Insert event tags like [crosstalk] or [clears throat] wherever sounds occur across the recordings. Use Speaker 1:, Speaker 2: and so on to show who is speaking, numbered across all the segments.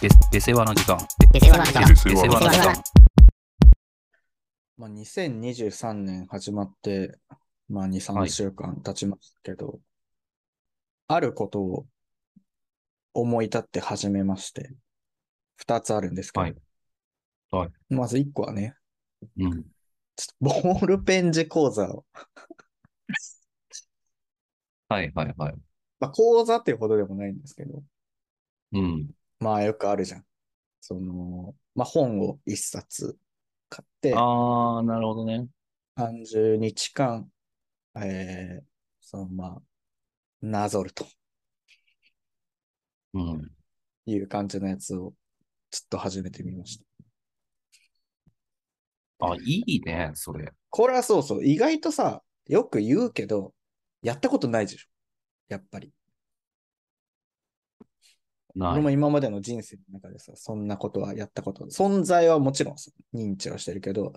Speaker 1: で、で世話の時間。
Speaker 2: デセワの時間
Speaker 3: デセ
Speaker 1: で世話
Speaker 3: ワ
Speaker 1: の時間。
Speaker 4: まあ、2023年始まって、まあ、2、3
Speaker 1: はい
Speaker 4: 週間経ちますけど、あることを思い立って始めまして、2つあるんですけど、
Speaker 1: はいはい
Speaker 4: まず1個はね、
Speaker 1: うん。
Speaker 4: ちょっとボールペン字講座を、
Speaker 1: はいはいはい。
Speaker 4: まあ、講座っていうほどでもないんですけど、
Speaker 1: うん。
Speaker 4: まあ、よくあるじゃん。その、まあ、本を1冊買って、
Speaker 1: あー、なるほどね。
Speaker 4: 30日間、えー、その、まあ、なぞると。
Speaker 1: うん。
Speaker 4: いう感じのやつをちょっと始めてみました。
Speaker 1: あ、いいね、それ。
Speaker 4: これはそうそう、意外とさ、よく言うけど、やったことないでしょ。やっぱり。
Speaker 1: な
Speaker 4: 俺
Speaker 1: い。
Speaker 4: も今までの人生の中でさ、そんなことはやったこと、存在はもちろん認知はしてるけど、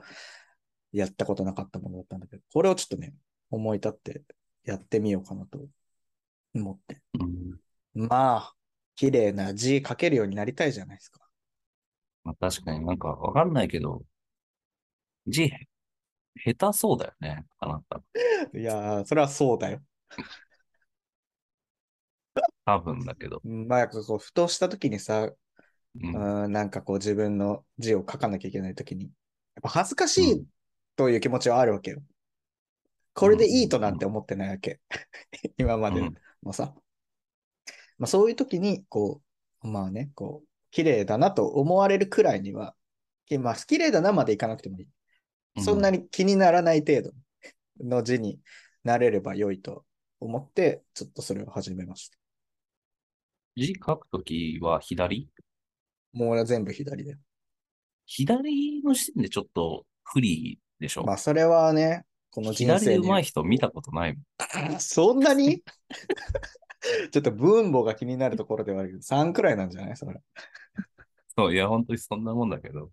Speaker 4: やったことなかったものだったんだけど、これをちょっとね、思い立ってやってみようかなと思って。
Speaker 1: うん
Speaker 4: まあ、綺麗な字書けるようになりたいじゃないですか。
Speaker 1: まあ、確かになんかわかんないけど、字、下手そうだよね、あなた。
Speaker 4: いやー、それはそうだよ。
Speaker 1: 多分だけど。
Speaker 4: まあ、やっぱこう、ふとした時にさ、
Speaker 1: うん。
Speaker 4: うん、なんかこう自分の字を書かなきゃいけないときに、やっぱ恥ずかしいという気持ちはあるわけよ。これでいいとなんて思ってないわけ。 [laughs] 今までのさ。まあそういうときに、こう、まあね、こう、綺麗だなと思われるくらいには、きまあ綺麗だなまでいかなくてもいい。そんな
Speaker 1: に。
Speaker 4: に気にならない程度の字になれれば良いと思って、ちょっとそれを始めました。
Speaker 1: 字書くときは左
Speaker 4: もう俺は全部左で。
Speaker 1: 左の時点でちょっと不利でしょ。
Speaker 4: まあそれはね、この人
Speaker 1: 左
Speaker 4: 生に
Speaker 1: 上手い人見たことないもん。
Speaker 4: そんなに [laughs] ちょっと分母が気になるところではあるけど、3くらいなんじゃないそれ。
Speaker 1: そういや、本当にそんなもんだけど。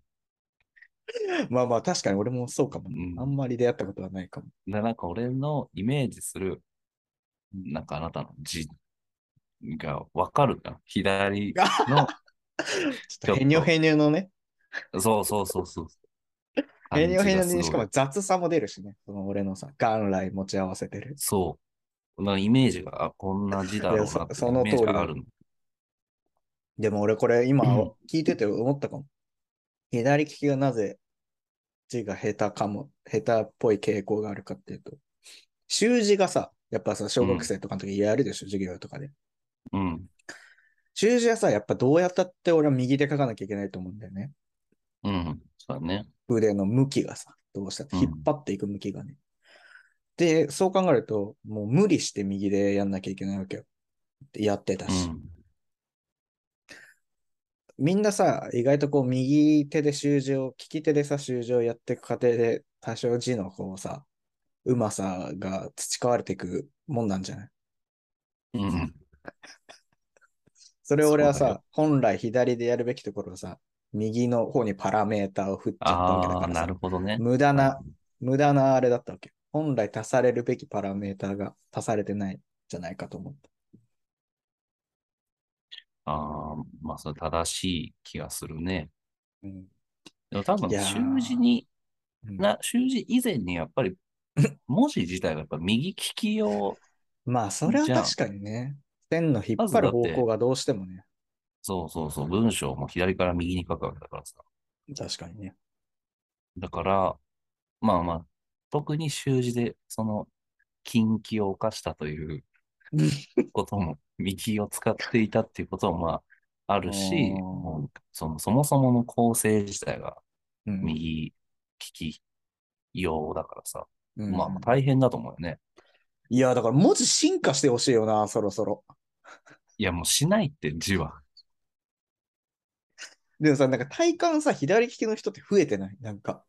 Speaker 4: まあまあ、確かに俺もそうかも
Speaker 1: う
Speaker 4: ね、
Speaker 1: ん
Speaker 4: あんまり出会ったことはないかも。
Speaker 1: で、なんか俺のイメージする、なんかあなたの字がわかるな。左
Speaker 4: [laughs]
Speaker 1: の、
Speaker 4: ちょっとへにょへにょのね、
Speaker 1: そうそうそう
Speaker 4: [laughs]
Speaker 1: そう。
Speaker 4: へにょへにょに
Speaker 1: 感じがす
Speaker 4: しか
Speaker 1: ごい
Speaker 4: も雑さも出るしね、その俺のさ、元来持ち合わせてる。
Speaker 1: そう。なんかイメージが、あ、こんな字だろうなって
Speaker 4: いやそ
Speaker 1: いうイメージがあるの。
Speaker 4: でも俺これ今
Speaker 1: うん
Speaker 4: 聞いてて思ったかも。左利きがなぜ字が下手かも、下手っぽい傾向があるかっていうと、習字がさ、やっぱさ、小学生とかの時やるでしょ、授業とかで。
Speaker 1: うん。
Speaker 4: 習字はさ、やっぱどうやったって俺は右で書かなきゃいけないと思うんだよね。
Speaker 1: うん。そうだね。
Speaker 4: 腕の向きがさ、どうしたって
Speaker 1: うん
Speaker 4: 引っ張っていく向きがね。で、そう考えると、もう無理して右でやんなきゃいけないわけよ。やってた
Speaker 1: う
Speaker 4: し。
Speaker 1: ん。
Speaker 4: みんなさ、意外とこう右手で習字を、利き手でさ、習字をやっていく過程で、多少字のこうさ、うまさが培われていくもんなんじゃない
Speaker 1: うん。
Speaker 4: それ俺は
Speaker 1: そうだ
Speaker 4: さ、本来左でやるべきところをさ、右の方にパラメーターを振っちゃったわけだ
Speaker 1: あ
Speaker 4: か
Speaker 1: あ、
Speaker 4: らさ
Speaker 1: な。るほどね。
Speaker 4: 無駄な、無駄なあれだったわけ。本来足されるべきパラメーターが足されてないんじゃないかと思った。
Speaker 1: ああ、まあ、それ正しい気がするね。
Speaker 4: うん
Speaker 1: でも多分、
Speaker 4: いやー
Speaker 1: 習字に、
Speaker 4: うん
Speaker 1: な、習字以前にやっぱり、文字自体がやっぱ右利き用、
Speaker 4: まあ、それは
Speaker 1: じゃあ
Speaker 4: 確かにね。線の引っ張る方向がどうしてもね。
Speaker 1: そうそうそう、文章も左から右に書くわけだからさ。
Speaker 4: 確かにね。
Speaker 1: だから、まあまあ、特に習字で、その、禁忌を犯したということも、 [laughs] 右を使っていたっていうことも、まあ、ある
Speaker 4: あ
Speaker 1: し、
Speaker 4: ー
Speaker 1: もうその、そもそもの構成自体が
Speaker 4: うん
Speaker 1: 右利き用だからさ、
Speaker 4: うん
Speaker 1: まあまあ大変だと思うよね。
Speaker 4: いや、だから文字進化してほしいよな、そろそろ。
Speaker 1: いや、もうしないって字は。
Speaker 4: でもさ、なんか体感さ、左利きの人って増えてないなんか。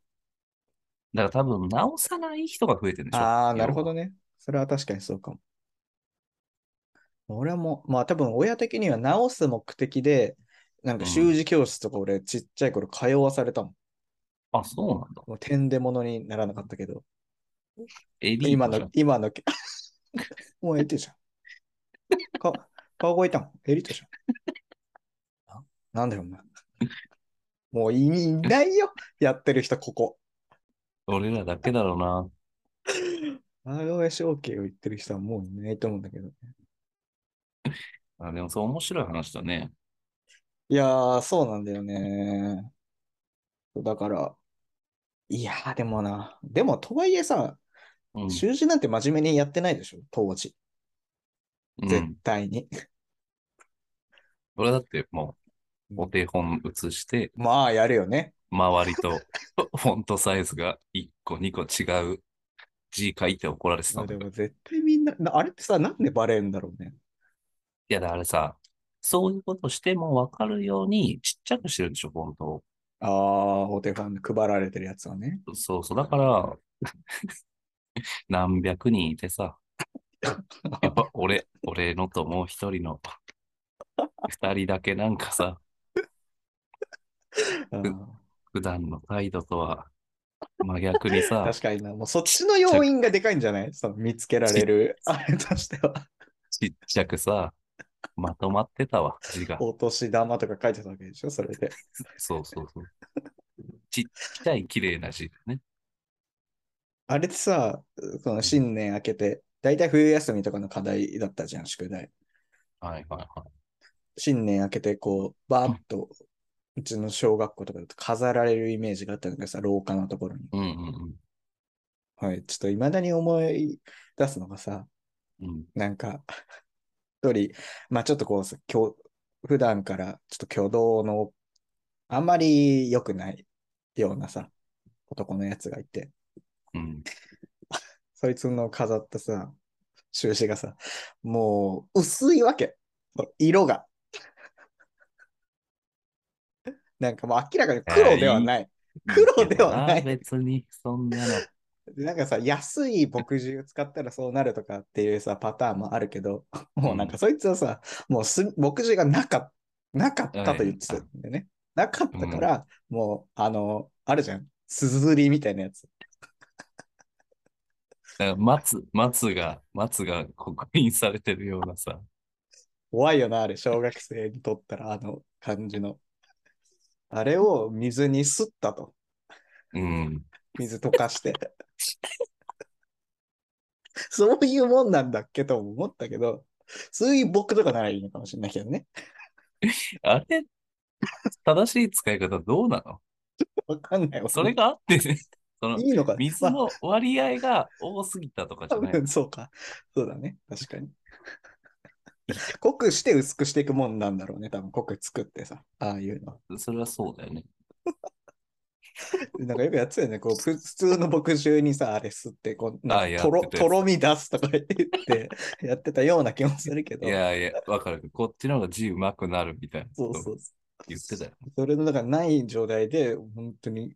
Speaker 1: だから多分、直さない人が増えてるんでしょ。
Speaker 4: ああ、なるほ
Speaker 1: 要
Speaker 4: どね。それは確かにそうかも。俺も、まあ多分親的には直す目的で、なんか習字教室とか俺ちっちゃい頃通わされたもん。
Speaker 1: は。あ、そうなんだ。
Speaker 4: もう点でものにならなかったけど、
Speaker 1: エリー
Speaker 4: 今
Speaker 1: トじゃ
Speaker 4: の
Speaker 1: ん、
Speaker 4: 今の、 [laughs] もうエリートじゃん。か、顔がいたん、エリートじゃん。なんだよ、お前。もう意味いないよ。やってる人、ここ。
Speaker 1: 俺らだけだろうな。
Speaker 4: ROA 承継を言ってる人はもういないと思うんだけど。
Speaker 1: あでもそう面白い話だね。
Speaker 4: いやー、そうなんだよね。だから、いやー、でもな。でも、とはいえさ、
Speaker 1: うん。
Speaker 4: 習字なんて真面目にやってないでしょ、当時。
Speaker 1: う
Speaker 4: 絶
Speaker 1: ん、
Speaker 4: 対に。 [laughs]
Speaker 1: 俺だってもう、お手本写して、
Speaker 4: まあ、やるよね。
Speaker 1: 周りと [laughs] フォントサイズが1個2個違う字書いて怒られてたんだけ
Speaker 4: で
Speaker 1: ど。
Speaker 4: も、絶対みんな、なあれってさ、なんでバレるんだろうね。
Speaker 1: いや、だからあれさ、そういうことしてもわかるようにちっちゃくしてるんでしょ、フォントを。
Speaker 4: ああ、お手本で配られてるやつはね。
Speaker 1: そうそう。だから、 [laughs] 何百人いてさ、やっぱ俺、俺のともう一人の、二人だけなんかさ、
Speaker 4: あー
Speaker 1: 普段の態度とは真逆にさ、
Speaker 4: [laughs] 確かにな、もうそっちの要因がでかいんじゃないその見つけられ
Speaker 1: [laughs]
Speaker 4: る、あれとしては。
Speaker 1: ちっちゃくさ、まとまってたわ、字が。
Speaker 4: お年玉とか書いてたわけでしょそれで。
Speaker 1: そうそうそう。ちっちゃい綺麗な字ね。
Speaker 4: あれってさ、この新年明けて、だいたい冬休みとかの課題だったじゃん、宿題。
Speaker 1: はいはいはい。
Speaker 4: 新年明けて、こう、バーッと、うちの小学校とかだと飾られるイメージがあったんだけどさ、廊下のところに。
Speaker 1: うんうん
Speaker 4: はい、ちょっと未だに思い出すのがさ、
Speaker 1: うん。うん
Speaker 4: なんか、一人、まあちょっとこうさ、挙普段からちょっと挙動の、あんまり良くないようなさ、男のやつがいて、
Speaker 1: うん。
Speaker 4: そいつの飾ったさ、収支がさ、もう薄いわけ。色が。 [laughs] なんかもう明らかに黒ではない。黒ではない
Speaker 1: けど別に、そんなの。
Speaker 4: でなんかさ、安い墨汁を使ったらそうなるとかっていうさ、パターンもあるけど、もうなんかそいつはさ、もうす墨汁がなかなかったと言ってたんだよね。なかったから、もう、あの、あるじゃん。すずりみたいなや
Speaker 1: だ
Speaker 4: つ。
Speaker 1: から松、松が、松が刻印されてるようなさ。
Speaker 4: 怖いよな、あれ、小学生にとったら、あの感じの。あれを水にすったと。
Speaker 1: うん。
Speaker 4: 水溶かして。 [laughs] そういうもんなんだっけとも思ったけど、水墨とかならいいのかもしれないけどね。
Speaker 1: あれ、正しい使い方どうなの
Speaker 4: わかんない。
Speaker 1: それがあってね、その
Speaker 4: いいのか
Speaker 1: 水の割合が多すぎたとかじ
Speaker 4: 多
Speaker 1: ゃない。
Speaker 4: 分そうか。そうだね。確かに。 [laughs] 濃くして薄くしていくもんなんだろうね。多分濃く作ってさ。ああいうの。
Speaker 1: それはそうだよね。
Speaker 4: なんかよくやってたよね。こう、ふ普通の牧汁にさ、あれ吸って、こう、
Speaker 1: ああ
Speaker 4: な
Speaker 1: や
Speaker 4: とろ、
Speaker 1: ってたやつ
Speaker 4: とろみ出すとか言って、 [laughs] やってたような気もするけど。
Speaker 1: いやいや、わかる。こっちの方が字うまくなるみたいな
Speaker 4: そう
Speaker 1: こと
Speaker 4: そう。
Speaker 1: 言ってたよ。
Speaker 4: それの、だからない状態で、本当に、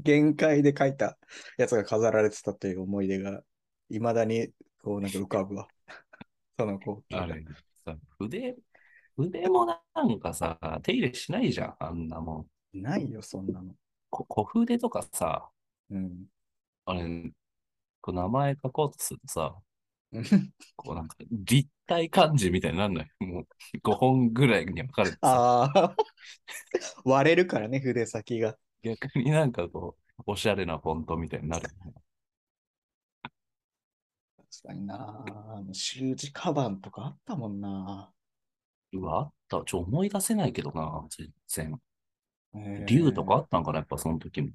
Speaker 4: 限界で書いたやつが飾られてたという思い出が、いまだに、こう、なんか浮かぶわ。その光景が
Speaker 1: あれさ筆、筆もなんかさ、手入れしないじゃん、あんなもん。
Speaker 4: ないよ、そんなの。
Speaker 1: こ小筆とかさ、
Speaker 4: うん。 [laughs]
Speaker 1: あれ、こう名前書こうとするとさ、
Speaker 4: うん
Speaker 1: こうなんか立体漢字みたいになんない。もう5本ぐらいに分かれてさ、
Speaker 4: ああ。 [laughs] 割れるからね、筆先が。
Speaker 1: 逆になんかこう、おしゃれなフォントみたいになる。
Speaker 4: 確かにな。あの習字カバンとかあったもんな。
Speaker 1: うわ、あった。ちょ、思い出せないけどな、全然。
Speaker 4: えー
Speaker 1: 竜とかあったんかな、やっぱその時も。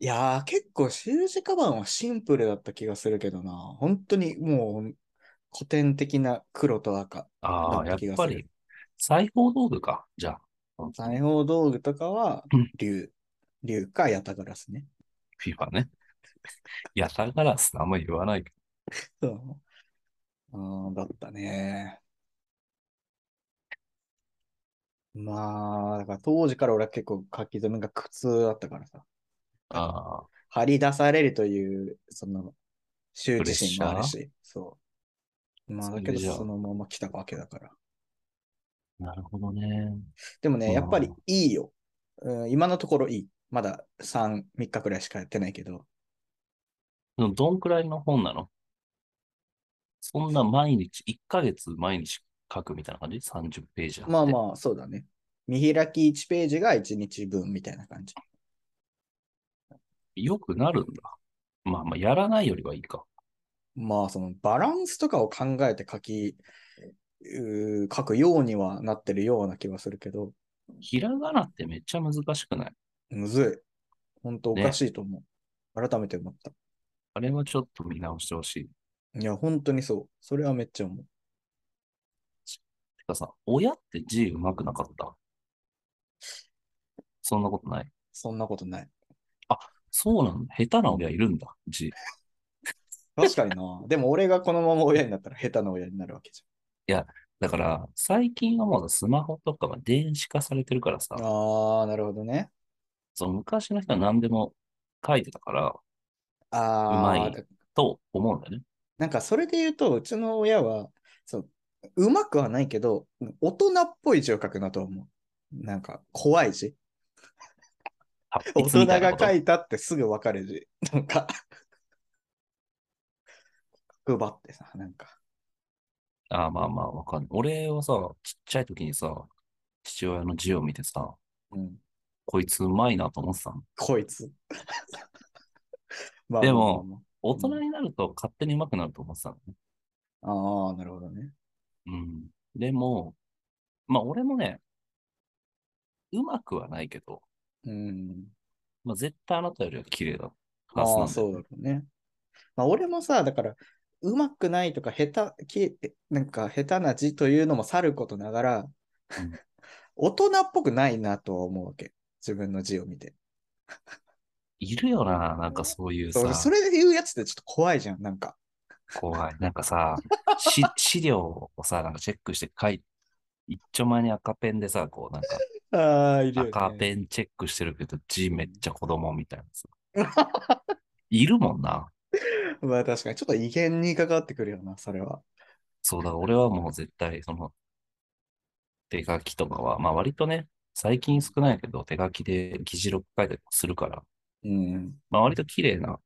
Speaker 4: いやー、結構習字カバンはシンプルだった気がするけどな。本当にもう古典的な黒と赤。
Speaker 1: ああ、
Speaker 4: だ
Speaker 1: や
Speaker 4: った気が
Speaker 1: っ
Speaker 4: す
Speaker 1: ぱ
Speaker 4: る
Speaker 1: り、裁縫道具か、じゃあ。
Speaker 4: 裁縫道具とかは
Speaker 1: うん
Speaker 4: 竜。竜かヤタガラスね。
Speaker 1: フィファね。 [laughs] ヤタガラスってあんまり言わないけ
Speaker 4: そう。うん、だったね。まあ、だから当時から俺は結構書き初めが苦痛だったからさ。
Speaker 1: ど。ああ、
Speaker 4: 張り出されるという、その、羞恥心もあるし、そう。まあ、だ
Speaker 1: そ
Speaker 4: け
Speaker 1: れ
Speaker 4: ど、
Speaker 1: じゃあ
Speaker 4: そのまま来たわけだから。
Speaker 1: なるほどね。
Speaker 4: でも
Speaker 1: う
Speaker 4: ね、
Speaker 1: ん
Speaker 4: やっぱりいいよ。うん、今のところいい。まだ3、3日くらいしかやってないけど、
Speaker 1: でもどんくらいの本なのそんな毎日、1ヶ月毎日書くみたいな感じ ?30 ページあって。
Speaker 4: まあまあ、そうだね。見開き1ページが1日分みたいな感じ。
Speaker 1: 良くなるんだ。まあまあ、やらないよりはいいか。
Speaker 4: まあ、そのバランスとかを考えて書き、うー書くようにはなってるような気はするけど、
Speaker 1: ひらがなってめっちゃ難しくない
Speaker 4: むずい。ほんとおかしいと思う。改めて思った。
Speaker 1: あれはちょっと見直してほしい。
Speaker 4: いや、本当にそう。それはめっちゃ思う。
Speaker 1: てかさ、親って字うまくなかったそんなことない。
Speaker 4: そんなことない。
Speaker 1: そうなんだ。下手な親いるんだ、字。い
Speaker 4: 確かにな。 [laughs] でも俺がこのまま親になったら下手な親になるわけじ
Speaker 1: や、だから、最近はもうスマホとかが電子化されてるからさ
Speaker 4: ゃん。、ああ、なるほどね。
Speaker 1: その昔の人は何でも書いてたから、
Speaker 4: ああ、
Speaker 1: うまいと思うんだよね。
Speaker 4: なんかそれで言うと、うちの親は、そう、うまくはないけど、大人っぽい字を書くなとは思う。なんか怖い字。
Speaker 1: 達
Speaker 4: 大
Speaker 1: 筆
Speaker 4: 人
Speaker 1: みたいな
Speaker 4: が
Speaker 1: こと
Speaker 4: 書いたってすぐわかる字。なんか、配ってさ、なんか。
Speaker 1: ああ、まあまあ、わかんない。俺はさ、ちっちゃい時にさ、父親の字を見てさ、
Speaker 4: うん、
Speaker 1: こいつうまいなと思ってたの。
Speaker 4: こ
Speaker 1: [laughs]
Speaker 4: いつ。まあ
Speaker 1: で
Speaker 4: まあ
Speaker 1: も
Speaker 4: ま
Speaker 1: 大人になると勝手にうまくなると思ってたのね。
Speaker 4: あまあ、ああ、なるほどね。
Speaker 1: うん。でも、まあ俺もね、うまくはないけど、
Speaker 4: うん。
Speaker 1: まあ絶対あなたよりは綺麗だ。
Speaker 4: あ
Speaker 1: はずな
Speaker 4: あ、
Speaker 1: んだ
Speaker 4: そ
Speaker 1: よ
Speaker 4: うだろうね。まあ、俺もさ、だから、うまくないとか、下手、きなんか、下手な字というのもさることながら、
Speaker 1: ん
Speaker 4: [laughs] 大人っぽくないなとは思うわけ。自分の字を見て。
Speaker 1: いるよな、なんかそういう
Speaker 4: そう
Speaker 1: さ、
Speaker 4: それで言うやつってちょっと怖いじゃん、なんか。
Speaker 1: 怖い。なんかさ、
Speaker 4: [laughs]
Speaker 1: し資料をさ、なんかチェックして書い、一丁前に赤ペンでさ、こうなんか、
Speaker 4: ああ、い
Speaker 1: 赤ペンチェックしてるけど、字めっちゃ子供みたいなさ。
Speaker 4: [laughs]
Speaker 1: いるもんな。
Speaker 4: まあ確かに、ちょっと威厳に関わってくるよな、それは。
Speaker 1: そうだ、俺はもう絶対、その、手書きとかは、まあ割とね、最近少ないけど、手書きで議事録書いたりもするから、
Speaker 4: うん。
Speaker 1: まあ割と綺麗な、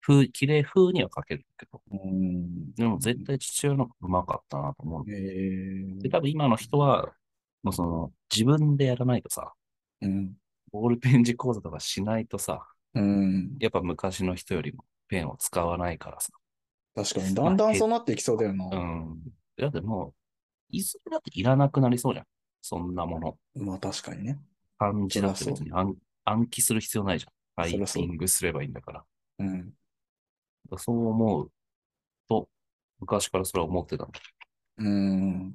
Speaker 1: 風、綺麗風には書けるけど、
Speaker 4: うん。
Speaker 1: でも絶対父親の方がうまかったなと思う。
Speaker 4: ええ
Speaker 1: で、多分今の人は、もうその、自分でやらないとさ、
Speaker 4: うん。
Speaker 1: ボールペン字講座とかしないとさ、
Speaker 4: うん。
Speaker 1: やっぱ昔の人よりもペンを使わないからさ。
Speaker 4: 確かに、だんだんそうなっていきそうだよな。
Speaker 1: うん。だってもう、いずれだっていらなくなりそうじゃん。そんなもの。
Speaker 4: まあ確かにね。
Speaker 1: 漢字だって
Speaker 4: そりゃ
Speaker 1: 別
Speaker 4: そう
Speaker 1: に暗暗記する必要ないじゃん。タイ
Speaker 4: そりゃそう
Speaker 1: ピングすればいいんだから。
Speaker 4: うん。
Speaker 1: そう思うと、昔からそれは思ってたの。
Speaker 4: うーん。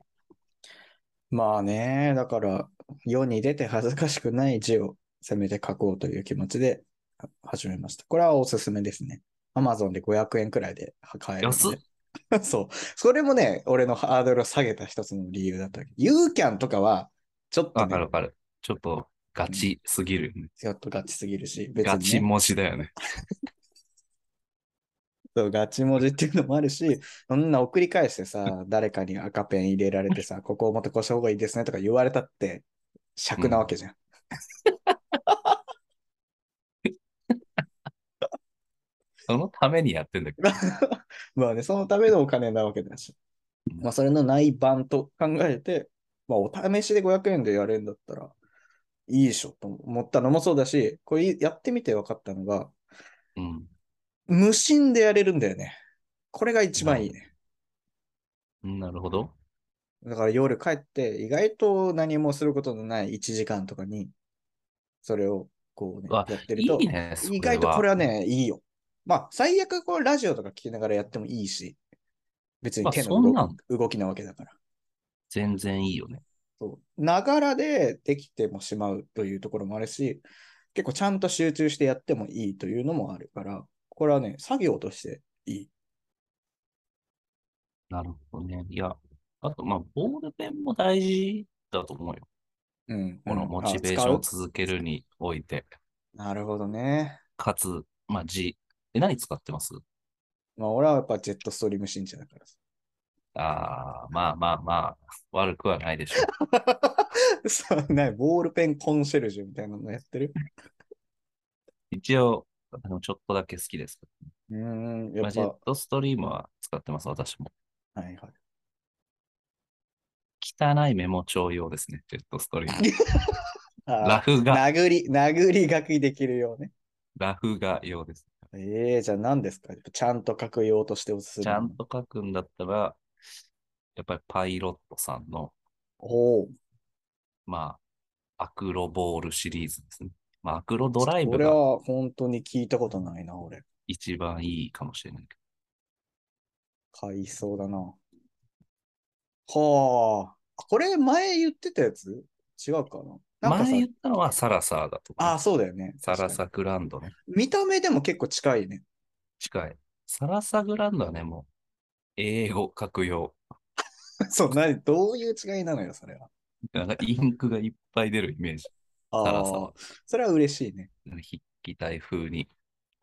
Speaker 4: まあね、だから、世に出て恥ずかしくない字をせめて書こうという気持ちでは始めました。これはおすすめですね。Amazon で500円くらいでは買えるの
Speaker 1: 安っ
Speaker 4: で。 [laughs] そう。それもね、俺のハードルを下げた一つの理由だった。ユーキャンとかは、ちょっと
Speaker 1: わ
Speaker 4: ね
Speaker 1: か、るわかる。ちょっとガチすぎるよね。
Speaker 4: ちょっとガチすぎるし、別
Speaker 1: ガチ
Speaker 4: に、ね
Speaker 1: 文字だよね。
Speaker 4: そう、ガチ文字っていうのもあるし、そんな送り返してさ、誰かに赤ペン入れられてさ、ここをもっとこうした方がいいですねとか言われたって、尺なわけじゃん。
Speaker 1: そのためにやってんだけど。
Speaker 4: [laughs] まあね、そのためのお金なわけだし。
Speaker 1: うん
Speaker 4: まあ、それのない版と考えて、まあ、お試しで500円でやれるんだったら、いいでしょと思ったのもそうだし、これやってみて分かったのが、
Speaker 1: うん。
Speaker 4: 無心でやれるんだよね。これが一番いいね。
Speaker 1: なるほど。
Speaker 4: だから夜帰って、意外と何もすることのない1時間とかに、それをこうね、
Speaker 1: うわ
Speaker 4: やってる
Speaker 1: い
Speaker 4: と、
Speaker 1: いね。そ
Speaker 4: 意外とこれ
Speaker 1: は。
Speaker 4: はね、いいよ。まあ、最悪こうラジオとか聞きながらやってもいいし、別に手
Speaker 1: あそん
Speaker 4: の
Speaker 1: な
Speaker 4: 動
Speaker 1: ん
Speaker 4: き動きなわけだから。
Speaker 1: 全然いいよね。
Speaker 4: そう。ながらでできてもしまうというところもあるし、結構ちゃんと集中してやってもいいというのもあるから、これはね、作業としていい。
Speaker 1: なるほどね。いや、あと、まあ、ボールペンも大事だと思うよ。
Speaker 4: うん。
Speaker 1: この
Speaker 4: うん
Speaker 1: モチベーション
Speaker 4: あ使
Speaker 1: を
Speaker 4: う
Speaker 1: 続けるにおいて、
Speaker 4: なるほどね。
Speaker 1: かつ、まあ、字。え、何使ってます
Speaker 4: まあ、俺はやっぱジェットストリーム信者だから [laughs] さ。
Speaker 1: ああ、まあまあまあ、悪くはないでしょ
Speaker 4: [laughs]
Speaker 1: う。
Speaker 4: そうね、ボールペンコンシェルジュみたいなのやってる。
Speaker 1: 一応、あのちょっとだけ好きですけ
Speaker 4: うーん、
Speaker 1: ど。
Speaker 4: や
Speaker 1: まあ
Speaker 4: っ
Speaker 1: ジェッ
Speaker 4: ぱ。
Speaker 1: トストリームは使ってます、私も。
Speaker 4: はいはい。
Speaker 1: き汚いメモ帳用ですね、ジェットストリーム。ラ
Speaker 4: あ
Speaker 1: フ
Speaker 4: ー
Speaker 1: が、
Speaker 4: 殴り、殴り書きできるようね。
Speaker 1: ラフが用です。
Speaker 4: ええじゃあ何ですかちゃんと書く用としておすすめ
Speaker 1: ち
Speaker 4: な
Speaker 1: ゃ
Speaker 4: の。
Speaker 1: んと書くんだったら、やっぱりパイロットさんの、
Speaker 4: おお。
Speaker 1: まあ、アクロボールシリーズですね。まあ、アクロドライ
Speaker 4: こ
Speaker 1: ブ
Speaker 4: れ
Speaker 1: が
Speaker 4: は本当に聞いたことないな、俺。
Speaker 1: 一番いいかもしれないけ
Speaker 4: 買いそうだな。はあ。あこれ前言ってたやつ違うかな
Speaker 1: ど。
Speaker 4: なんか
Speaker 1: 前
Speaker 4: さ、
Speaker 1: 言ったのはサラサーだとかね、
Speaker 4: ああ、そうだよね。
Speaker 1: サラ
Speaker 4: 確か
Speaker 1: サグランドね。
Speaker 4: に見た目でも結構近いね。 [laughs]
Speaker 1: 近い。サラサグランドはね、もう、英語書く用。
Speaker 4: そう、なに、どういう違いなのよ、それは。
Speaker 1: なんかインクがいっぱい出るイメージ。
Speaker 4: あ
Speaker 1: サラサ
Speaker 4: あ
Speaker 1: は、
Speaker 4: それは嬉しいね。
Speaker 1: 筆記体風に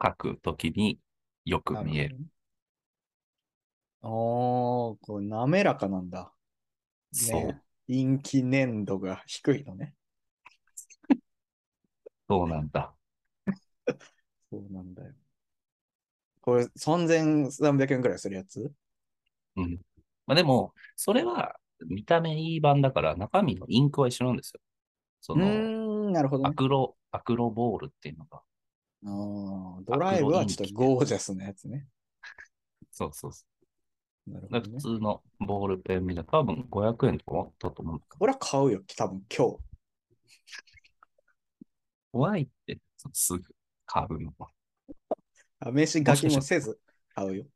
Speaker 1: 書くときによく見える。
Speaker 4: るほどね。ああ、これ滑らかなんだ。
Speaker 1: そう
Speaker 4: ね。陰気粘度が低いのね。
Speaker 1: そうなんだ。
Speaker 4: そうなんだよ。これ3300円くらいするやつ
Speaker 1: うん。まあでも、それは見た目いい版だから中身のインクは一緒なんですよ。そう
Speaker 4: ー
Speaker 1: の、
Speaker 4: ん、なるほど
Speaker 1: ア
Speaker 4: ね。
Speaker 1: クロ、アクロボールっていうのが、
Speaker 4: あードライブはちょっとゴージャスなやつね。
Speaker 1: そうそうそ
Speaker 4: なる
Speaker 1: う。だ
Speaker 4: ほ
Speaker 1: か
Speaker 4: ど
Speaker 1: ら
Speaker 4: ね
Speaker 1: 普。通のボールペンみたいな、多分500円とかあったと思うんだけど、
Speaker 4: 俺は買うよ、多分今日。
Speaker 1: 怖いって、すぐ買うの。
Speaker 4: 試し書きもせず買うよ。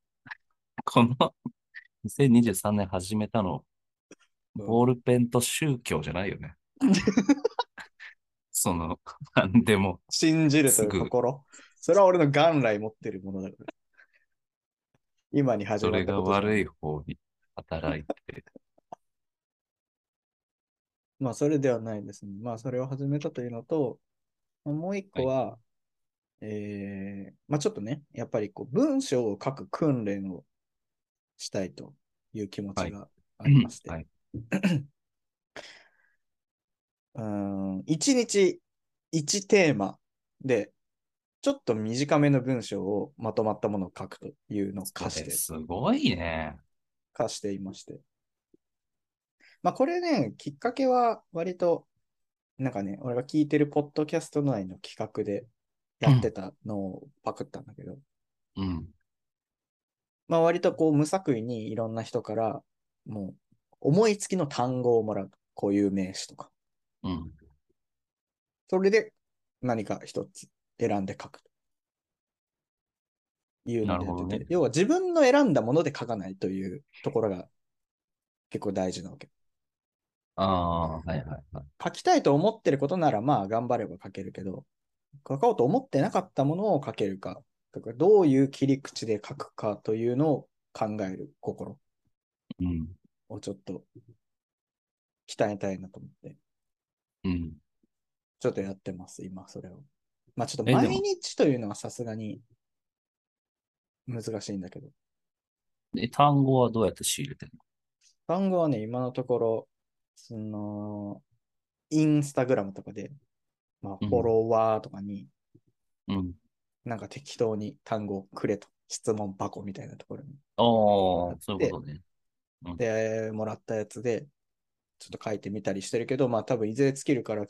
Speaker 1: この2023年始めたの、
Speaker 4: うん
Speaker 1: ボールペンと宗教じゃないよ [laughs] ね。その、なんでも、
Speaker 4: 信じるとい
Speaker 1: すぐ
Speaker 4: う心。それは俺の元来持ってるものだから。今に始
Speaker 1: そ
Speaker 4: ま
Speaker 1: れ
Speaker 4: った
Speaker 1: が
Speaker 4: ことじゃない
Speaker 1: 悪い方に働いて、
Speaker 4: まあ、それではないですね。まあ、それを始めたというのと、まあもう一個は、えーまあ、ちょっとね、やっぱりこう、文章を書く訓練をしたいという気持ちがありまして、
Speaker 1: はい、
Speaker 4: うーん、一日一テーマで、ちょっと短めの文章をまとまったものを書くというのを課して
Speaker 1: すごいね。
Speaker 4: 化していまして。まあこれね、きっかけは割と、なんかね、俺が聞いてるポッドキャスト内の企画でやってたのをパクったんだけど、
Speaker 1: うん。
Speaker 4: まあ割とこう無作為にいろんな人から、もう思いつきの単語をもらう。こういう名詞とか。
Speaker 1: うん。
Speaker 4: それで何か一つ選んで書くと。いうのでやって
Speaker 1: なるほど
Speaker 4: て、
Speaker 1: ね
Speaker 4: 要は自分の選んだもので書かないというところが結構大事なわけ。
Speaker 1: ああ、はいはいはい。
Speaker 4: 書きたいと思ってることならまあ頑張れば書けるけど、書こうと思ってなかったものを書けるか、とかどういう切り口で書くかというのを考える心
Speaker 1: うん。
Speaker 4: をちょっと鍛えたいなと思って、
Speaker 1: うん。
Speaker 4: ちょっとやってます、今それを。まあちょっと
Speaker 1: えでも
Speaker 4: 毎日というのはさすがに難しいんだけど、
Speaker 1: で、単語はどうやって仕入れてる
Speaker 4: 単語はね、今のところ、その、インスタグラムとかで、まあ
Speaker 1: うん
Speaker 4: フォロワーとかに、
Speaker 1: のうん。
Speaker 4: なんか適当に単語をくれと、質問箱みたいなところに。
Speaker 1: ああ、そういうことね。
Speaker 4: で、もらったやつで、ちょっと書いてみたりしてるけど、まあ多分いずれ尽きるから、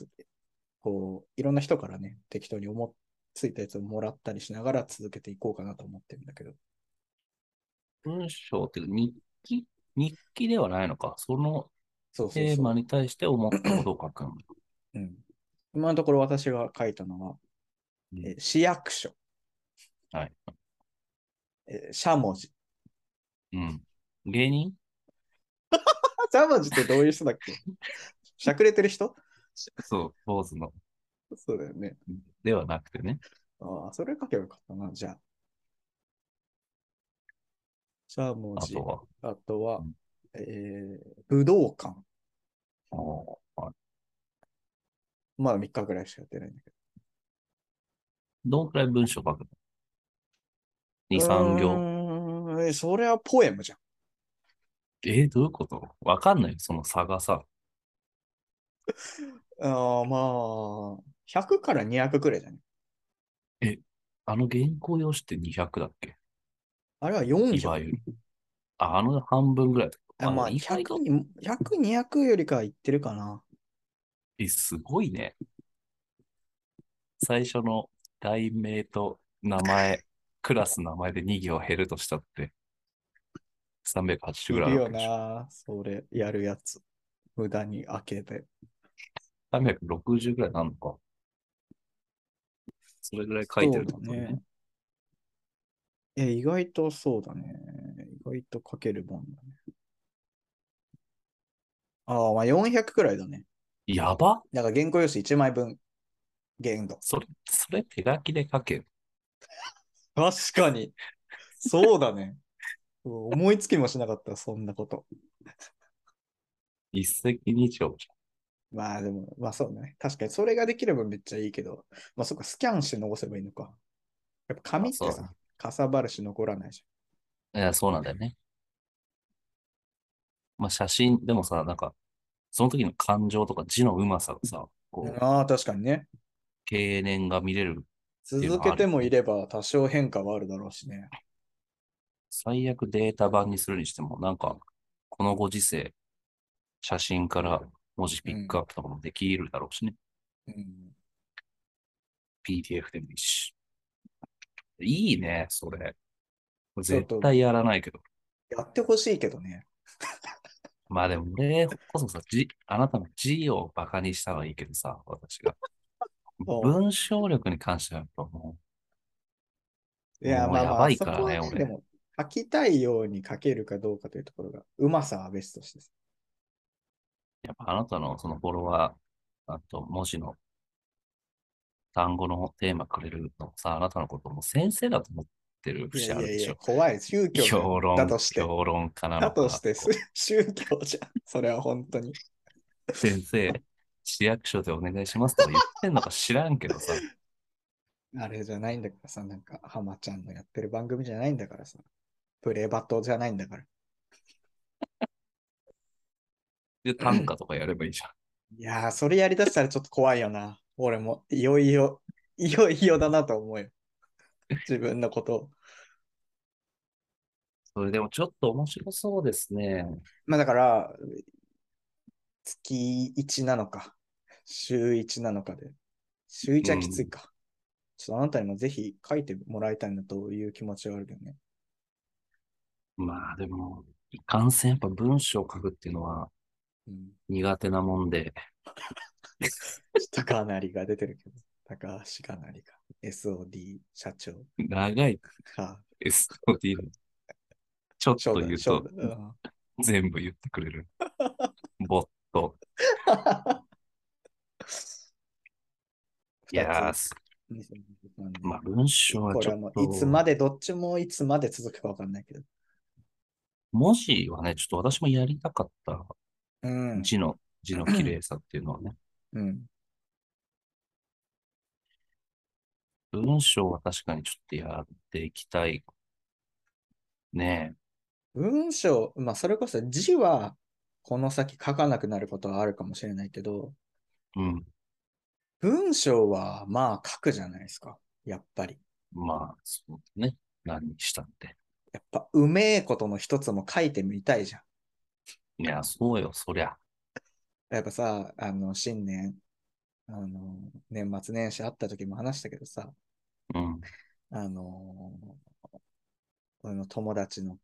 Speaker 4: こう、いろんな人からね、適当に思いついたやつをもらったりしながら続けていこうかなと思ってるんだけど。
Speaker 1: 文章っていうか日記日記ではないのか。その
Speaker 4: そうそうそう。
Speaker 1: テーマに対して思ったことを書 [clears throat] くの。
Speaker 4: うん。今のところ私が書いたのは、
Speaker 1: うん
Speaker 4: えー市役所、
Speaker 1: はい。
Speaker 4: えーしゃもじ。
Speaker 1: うん。芸人
Speaker 4: あしゃもじってどういう人だ
Speaker 1: [laughs]
Speaker 4: っけしゃくれてる人
Speaker 1: そう、坊主の。
Speaker 4: そうだよね。
Speaker 1: ではなくてね。
Speaker 4: ああ、それ書けばよかったな、じゃあ。しゃも
Speaker 1: あ
Speaker 4: じ。
Speaker 1: とは。
Speaker 4: あとは、
Speaker 1: うん
Speaker 4: えー武道館。
Speaker 1: あー
Speaker 4: まだ3日ぐらいしかやってないんだけ
Speaker 1: どんくらい文章書くの
Speaker 4: ど。
Speaker 1: 二三行。
Speaker 4: 行。えーそれはポエムじゃん。
Speaker 1: えーどういうことわかんないよ、その差がさ。
Speaker 4: あーまあ、100から200くらいじゃない。
Speaker 1: あの原稿用紙って200だっけ
Speaker 4: あれは
Speaker 1: い
Speaker 4: 4
Speaker 1: わゆ
Speaker 4: 行。
Speaker 1: る。あ、あの半分ぐらいだけど。
Speaker 4: あま
Speaker 1: ま
Speaker 4: あ、
Speaker 1: あ意外と
Speaker 4: 100に、100、200よりかはいってるかな。
Speaker 1: え、すごいね。最初の題名と名
Speaker 4: [laughs]
Speaker 1: 前、クラスの名前で2行減るとしたって、380ぐらい
Speaker 4: い
Speaker 1: あ
Speaker 4: る
Speaker 1: るわ
Speaker 4: よ
Speaker 1: けでしょ。
Speaker 4: な、それ、やるやつ。無駄に開けて。
Speaker 1: 360ぐらいなのか。それぐらい書いてるってこと
Speaker 4: そうだ
Speaker 1: ね
Speaker 4: ね。え、意外とそうだね。意外と書けるもんだね。ああ、まあ400くらいだね。
Speaker 1: やば
Speaker 4: だから原稿用紙1枚分、限度。
Speaker 1: それ、それ手書きで書ける。
Speaker 4: 確かに。そうだね。思いつきもしなかった、そんなこと。
Speaker 1: 一石二鳥じゃん。
Speaker 4: まあでも、まあそうね。確かにそれができればめっちゃいいけど、まあそっか、スキャンして残せばいいのか。やっぱ紙って
Speaker 1: あそうだ
Speaker 4: さ、かさばるし残らないじ
Speaker 1: いや、そうなんだよね。まあ、写真、でもさ、なんか、その時の感情とか字のうまさがさ、
Speaker 4: ゃ
Speaker 1: こ
Speaker 4: ん。
Speaker 1: う、
Speaker 4: ああ、確かにね。
Speaker 1: 経年が見れる。いうの
Speaker 4: 続
Speaker 1: はある
Speaker 4: けてもいれば多少変化はあるだろうしね。
Speaker 1: 最悪データ版にするにしても、なんか、このご時世、写真から文字ピックアップとかもできるだろうしね。
Speaker 4: うん、
Speaker 1: PDF でもいいし。いいね、それ。
Speaker 4: ちょっと
Speaker 1: 絶対やらないけど。
Speaker 4: やってほしいけどね。
Speaker 1: まあでも俺こそさ、じ、あなたの字をバカにしたのはいいけどさ、私が。
Speaker 4: [laughs] そう
Speaker 1: 文章力に関してはやっぱも
Speaker 4: いや、
Speaker 1: もう
Speaker 4: まあ
Speaker 1: や
Speaker 4: ま
Speaker 1: ば
Speaker 4: あ、
Speaker 1: い
Speaker 4: そこ
Speaker 1: からね
Speaker 4: はね、
Speaker 1: 俺
Speaker 4: でも、書きたいように書けるかどうかというところが、うまさは別として。
Speaker 1: う、やっぱあなたのそのフォロワー、あと文字の単語のテーマくれるのさ、あなたのこともう先生だと思ってる
Speaker 4: い
Speaker 1: 節あ
Speaker 4: やい
Speaker 1: る
Speaker 4: や
Speaker 1: で
Speaker 4: い
Speaker 1: し
Speaker 4: や、
Speaker 1: ょ。
Speaker 4: 怖い。宗教だよ
Speaker 1: 評論、
Speaker 4: だとして。
Speaker 1: 評論家なの
Speaker 4: だ
Speaker 1: か
Speaker 4: として、
Speaker 1: こ
Speaker 4: す [laughs] 宗教じゃん。それは本当に。
Speaker 1: う先生、市役所でお願いしますとか言ってんのか知らんけどさ、
Speaker 4: あれじゃないんだからさ、なんか、ハマちゃんのやってる番組じゃないんだからさ。プレバトじゃないんだから。
Speaker 1: で短歌とかやればいいじゃん。
Speaker 4: いやー、それやりだしたらちょっと怖いよな。俺も、いよいよ、いよいよだなと思うよ。自分のことを。
Speaker 1: それでもちょっと面白そうですね。
Speaker 4: まあだから、月1なのか、週1なのかで。週1はきついか。ちょっとあなたにもぜひ書いてもらいたいなという気持ちはあるけどね。
Speaker 1: まあでも、いかんせんやっぱ文章を書くっていうのは
Speaker 4: うん、
Speaker 1: 苦手なもんで、
Speaker 4: 高成が出てるけど。高橋かなりが。SOD 社長
Speaker 1: 長い
Speaker 4: か。
Speaker 1: SOD ちょっ
Speaker 4: ちょ
Speaker 1: と
Speaker 4: うだ
Speaker 1: 言う
Speaker 4: ちょ
Speaker 1: と
Speaker 4: うだうん
Speaker 1: 全部言ってくれ
Speaker 4: [laughs]
Speaker 1: る。ボット。いやー、す
Speaker 4: 二千二十三年
Speaker 1: まあ文章は
Speaker 4: こ
Speaker 1: ち
Speaker 4: れ
Speaker 1: ょ
Speaker 4: は
Speaker 1: っ
Speaker 4: もう
Speaker 1: と、
Speaker 4: いつまで、どっちもいつまで続くかわかんないけど。
Speaker 1: 文字はね、ちょっと私もやりたかった。
Speaker 4: うん。
Speaker 1: 字
Speaker 4: [laughs]
Speaker 1: の、字の綺麗さっていうのはね。
Speaker 4: うん、
Speaker 1: 文章は確かにちょっとやっていきたい。ね
Speaker 4: 文章、まあそれこそ字はこの先書かなくなることはあるかもしれないけど、
Speaker 1: え。うん。
Speaker 4: 文章はまあ書くじゃないですか。やっぱり。
Speaker 1: まあ、そうだね。何にしたって。
Speaker 4: やっぱうめえことの一つも書いてみたいじゃ
Speaker 1: い
Speaker 4: ん。
Speaker 1: や、そうよ、そりゃ。
Speaker 4: やっぱさ、あの、新年、あの、年末年始会った時も話したけどさ、
Speaker 1: うん。
Speaker 4: あのー俺の友達の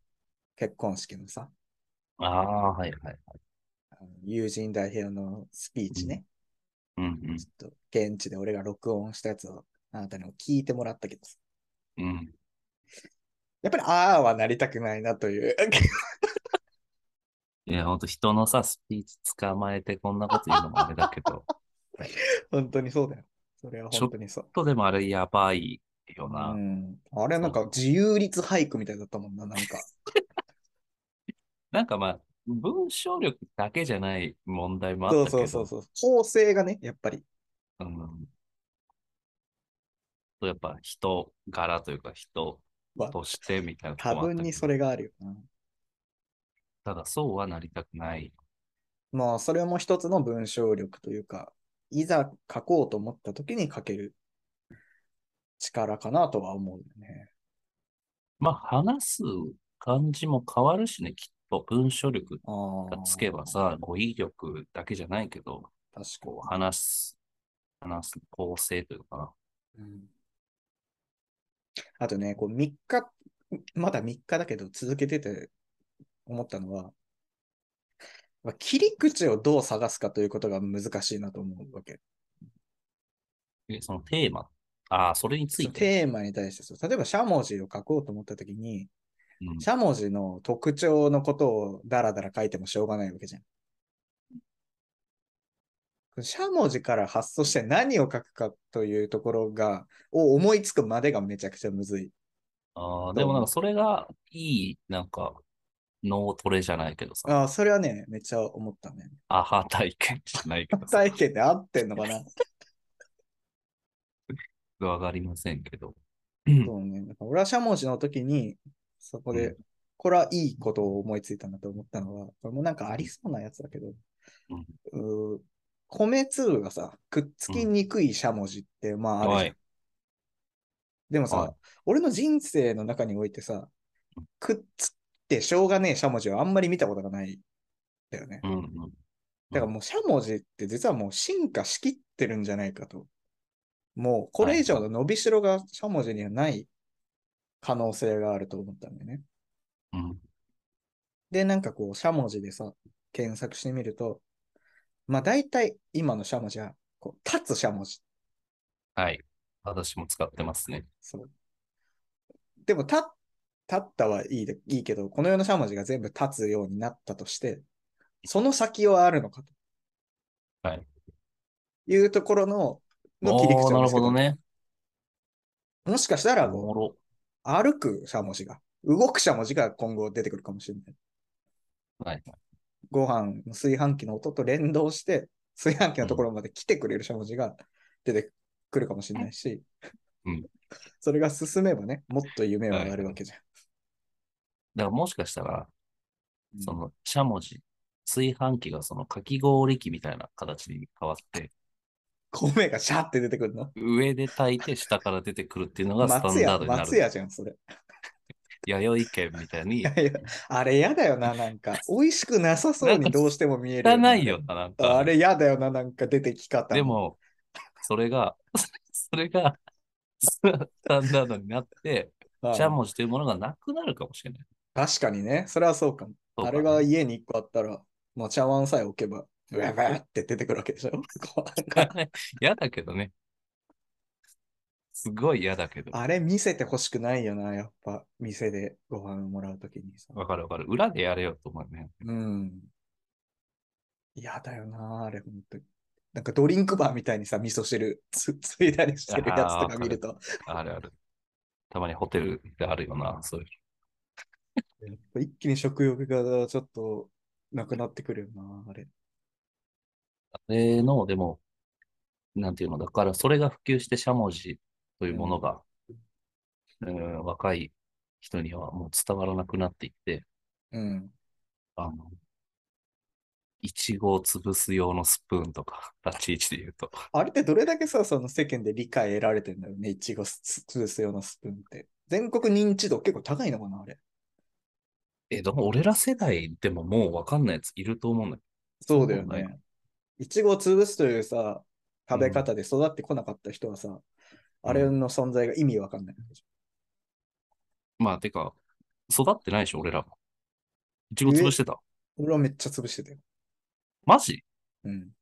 Speaker 4: 結婚式のさ、
Speaker 1: ああ、はいはい。
Speaker 4: あの友人代表のスピーチね、
Speaker 1: うん
Speaker 4: ちょっと現地で俺が録音したやつをあなたにも聞いてもらったけどさ、
Speaker 1: うん。うん。
Speaker 4: やっぱりああはなりたくないなという。 [laughs]
Speaker 1: いや、ほんと人のさ、スピーチ捕まえてこんなこと言うのもあれだけど、 [laughs] ちょ
Speaker 4: 本当にそうだよ。それは本当にそう
Speaker 1: っ。とでもあれやばいよ
Speaker 4: う
Speaker 1: な。
Speaker 4: ん、あれなんか自由律俳句みたいだったもんな、なん
Speaker 1: [laughs]
Speaker 4: か。
Speaker 1: なんかまあ、文章力だけじゃない問題もあ
Speaker 4: そ
Speaker 1: っ
Speaker 4: う
Speaker 1: た
Speaker 4: そう
Speaker 1: け
Speaker 4: そう
Speaker 1: ど、
Speaker 4: そう。構成がね、やっぱり。
Speaker 1: うん。とやっぱ人柄というか人
Speaker 4: まあ
Speaker 1: としてみたいなとこ
Speaker 4: 多
Speaker 1: もあった
Speaker 4: 分
Speaker 1: け
Speaker 4: に
Speaker 1: ど
Speaker 4: それがあるよな。
Speaker 1: ただそうはなりたくない。
Speaker 4: まあ、それも一つの文章力というか、いざ書こうと思った時に書ける力かなとは思うよね。
Speaker 1: まあ、話す感じも変わるしね、きっそう文章力
Speaker 4: あ
Speaker 1: が
Speaker 4: ー
Speaker 1: つけばさ、語彙力だけじゃないけど、
Speaker 4: 確か
Speaker 1: こう話す、話す構成というかな。
Speaker 4: に。うんあとね、こう3日、まだ3日だけど続けてて思ったのは、まあ切り口をどう探すかということが難しいなと思うわけ。
Speaker 1: えそのテーマ。ああ、それについて。
Speaker 4: テーマに対してそう、例えばしゃもじを書こうと思ったときに、
Speaker 1: うん
Speaker 4: しゃもじの特徴のことをダラダラ書いてもしょうがないわけじゃん。しゃもじから発想して何を書くかというところが、を思いつくまでがめちゃくちゃむずい。
Speaker 1: ああ、でもなんかそれがいい、なんか、脳トレじゃないけどさ、
Speaker 4: ああ、それはね、めっちゃ思ったね。
Speaker 1: アハ体験じゃないけどさ、
Speaker 4: 体験で合ってんのかな
Speaker 1: わかりませんけど。
Speaker 4: そうね。なんか俺はしゃもじの時に、そこで、
Speaker 1: う
Speaker 4: これはいいことを思いついたなと思ったのは、これもなんかありそうなやつだけど、うー米粒がさ、くっつきにくいしゃもじって、まああるじゃん
Speaker 1: はい。
Speaker 4: でもさ、
Speaker 1: はい
Speaker 4: 俺の人生の中においてさ、くっつってしょうがねえしゃもじはあんまり見たことがないんだよね。
Speaker 1: うんうん。
Speaker 4: だからもうしゃもじって実はもう進化しきってるんじゃないかと。もうこれ以上の伸びしろがしゃもじにはない可能性があると思ったんだよね。
Speaker 1: うん。
Speaker 4: で、なんかこう、しゃもじでさ、検索してみると、まあ大体今のしゃもじは、こう、立つしゃもじ。
Speaker 1: はい。私も使ってますね。
Speaker 4: そう。でも、た、立ったはいいで、いいけど、この世のしゃもじが全部立つようになったとして、その先はあるのかと。
Speaker 1: はい。
Speaker 4: いうところの、の切り
Speaker 1: お
Speaker 4: 口
Speaker 1: ーな
Speaker 4: を見
Speaker 1: る
Speaker 4: つ
Speaker 1: ほ
Speaker 4: けた
Speaker 1: ど。ね。
Speaker 4: もしかしたら
Speaker 1: お
Speaker 4: こ
Speaker 1: もろ。
Speaker 4: う、歩くしゃもじが、動くしゃもじが今後出てくるかもしれな
Speaker 1: は
Speaker 4: い。
Speaker 1: い。
Speaker 4: ご飯の炊飯器の音と連動して、炊飯器のところまで来てくれるしゃもじが出てくるかもしれないし、
Speaker 1: うん、
Speaker 4: それが進めばね、もっと夢は上がるわけじゃん。
Speaker 1: だからもしかしたら、
Speaker 4: うん
Speaker 1: その、しゃもじ、炊飯器がそのかき氷機みたいな形に変わって、
Speaker 4: 米がシャーって出てくるの。
Speaker 1: 上で炊いて下から出てくるっていうのがスタ
Speaker 4: 松
Speaker 1: ンダ
Speaker 4: 屋、
Speaker 1: ードにな
Speaker 4: 松
Speaker 1: る。
Speaker 4: 屋じゃん、それ。
Speaker 1: 弥生県みたいに
Speaker 4: い、やいや、あれ嫌だよな、なんか。美味しくなさそうにどうしても見える
Speaker 1: 汚
Speaker 4: よね、
Speaker 1: いよな、なんか。
Speaker 4: あれ嫌だよな、なんか出てき方。
Speaker 1: で、も、それが、 [laughs] それが、スタンダードになって、
Speaker 4: はい
Speaker 1: しゃもじというものがなくなるかもしれない。
Speaker 4: 確かにね、それはそうかも。
Speaker 1: そう
Speaker 4: あ
Speaker 1: かね
Speaker 4: れが家に1個あったら、もう茶碗さえ置けば、ウェブって出てくるわけでしょ。 [laughs] こう
Speaker 1: [laughs]
Speaker 4: なんか
Speaker 1: 嫌だけどね。すごい嫌だけど。
Speaker 4: あれ見せてほしくないよな、やっぱ、店でご飯もらうときにさ。
Speaker 1: わかるわかる。裏でやれよと思うね。
Speaker 4: うん。嫌だよな、あれ、本当に。なんかドリンクバーみたいにさ、味噌汁つ [laughs] ついだりしてるやつとか見ると、
Speaker 1: あるある。たまにホテルであるよな、そういう。
Speaker 4: 一気に食欲がちょっとなくなってくるよな、あれ。
Speaker 1: あれの、でも、なんていうの、だからそれが普及してしゃもじというものが、うん、若い人にはもう伝わらなくなっていって、
Speaker 4: うん。
Speaker 1: あの、いちごを潰す用のスプーンとか、 [laughs] 立ち位置で言うと。
Speaker 4: あれってどれだけさ、その世間で理解得られてんだろうね、いちごす潰すようなスプーンって。全国認知度結構高いのかな、あれ。
Speaker 1: え、でも俺ら世代でももうわかんないやついると思うんだけ
Speaker 4: そうだよ
Speaker 1: そうだ
Speaker 4: ね。いちごを潰すというさ、食べ方で育ってこなかった人はさ、あれの存在が意味わかんない。
Speaker 1: ど。まあ、てか、育ってないでしょ、俺らも。いちご潰してた。
Speaker 4: 俺はめっちゃ潰してたよ。
Speaker 1: マジ
Speaker 4: うん。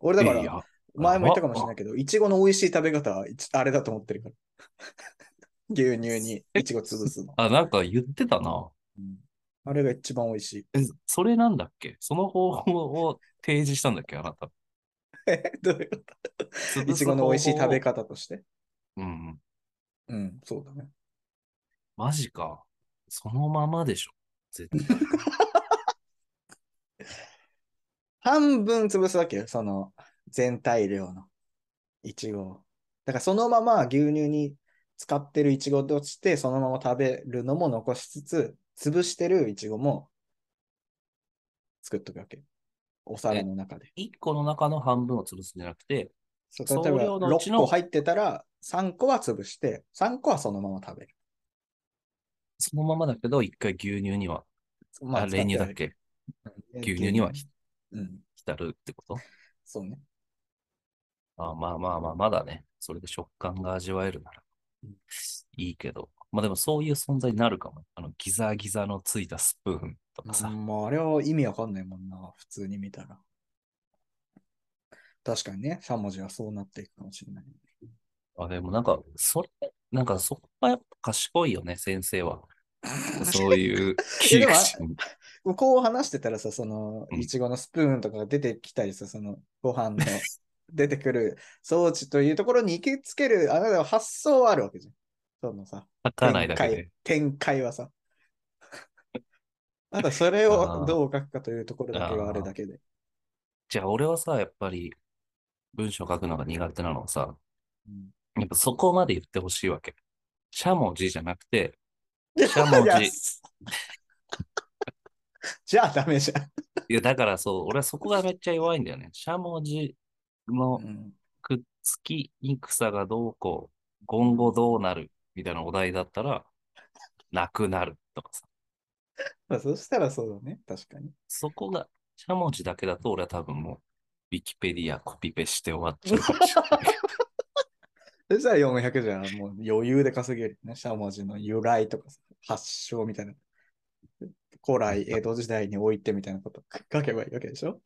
Speaker 4: 俺だか
Speaker 1: い
Speaker 4: ら、
Speaker 1: や
Speaker 4: 前も言ったかもしれないけど、いちごの美味しい食べ方は、いちあれだと思ってるから。 [laughs] 牛乳にいちご潰すの。
Speaker 1: あ、なんか言ってたな。
Speaker 4: うんあれが一番美味しい。
Speaker 1: え、それなんだっけその方法を提示したんだっけあなた。
Speaker 4: えどういうこ
Speaker 1: 潰
Speaker 4: [laughs] と
Speaker 1: す
Speaker 4: いちごの美味しい
Speaker 1: 方法
Speaker 4: 食
Speaker 1: を
Speaker 4: べ。方として。
Speaker 1: うん。
Speaker 4: うん、そうだね。
Speaker 1: マジか。そのままでしょ。絶対。 [laughs]
Speaker 4: 半分潰すわけよ、その全体量のいちごを。だからそのまま牛乳に使ってるいちごとして、そのまま食べるのも残しつつ、潰してるいちごも作っとくわけ。お皿の中で。
Speaker 1: 1個の中の半分を潰すんじゃなくて、
Speaker 4: そう
Speaker 1: 総
Speaker 4: 例えば
Speaker 1: 量のうち
Speaker 4: 6
Speaker 1: の
Speaker 4: 個入ってたら、3個は潰して、3個はそのまま食べる。
Speaker 1: そのままだけど、一回牛乳には
Speaker 4: ま
Speaker 1: あ、練乳だっ
Speaker 4: 使って
Speaker 1: け
Speaker 4: はいる
Speaker 1: 牛乳にはひ
Speaker 4: うん。
Speaker 1: 浸るってこと
Speaker 4: そうね。
Speaker 1: あまあまあまあ、まだね、それで食感が味わえるなら
Speaker 4: うん
Speaker 1: いいけど、まあでもそういう存在になるかも。あの、ギザギザのついたスプーンとかさ。
Speaker 4: まあ、あれは意味わかんないもんな、普通に見たら。確かにね、3文字はそうなっていくかもしれない。
Speaker 1: あ、でもなんか、それ、なんかそこがやっぱ賢いよね、先生
Speaker 4: [laughs]
Speaker 1: は。そういう切り口に。
Speaker 4: 向こう話してたらさ、その、
Speaker 1: うん
Speaker 4: いちごのスプーンとかが出てきたりさ、その、ご飯の [laughs] 出てくる装置というところに行きつける、あなたは発想はあるわけじゃん。そのさ、
Speaker 1: 書かないだけで。
Speaker 4: 展開はさ。 [laughs] ただそれ
Speaker 1: あ
Speaker 4: を
Speaker 1: ー
Speaker 4: どう書くかというところだけがあるだけで。
Speaker 1: じゃあ俺はさ、やっぱり文章書くのが苦手なのはさ、
Speaker 4: うん
Speaker 1: やっぱそこまで言ってほしいわけ。しゃもじじゃなくて、しゃ
Speaker 4: [laughs] い
Speaker 1: も
Speaker 4: や [laughs]
Speaker 1: じ。
Speaker 4: じゃあダメじゃん。
Speaker 1: いや、だからそう、俺はそこがめっちゃ弱いんだよね。しゃもじの
Speaker 4: うん
Speaker 1: くっつきに草がどうこう、今後どうなるみたいなお題だったら、なくなるとかさ。
Speaker 4: まあ、そしたらそうだね、確かに。
Speaker 1: そこが、しゃもじだけだと俺は多分もう、ウィキペディアコピペして終わっちゃうかもしれ
Speaker 4: [laughs]
Speaker 1: ない。
Speaker 4: そしたら400じゃもう余裕で稼げるね。しゃもじの由来とかさ発祥みたいな。古来、江戸時代においてみたいなこと書けばいいわけでしょ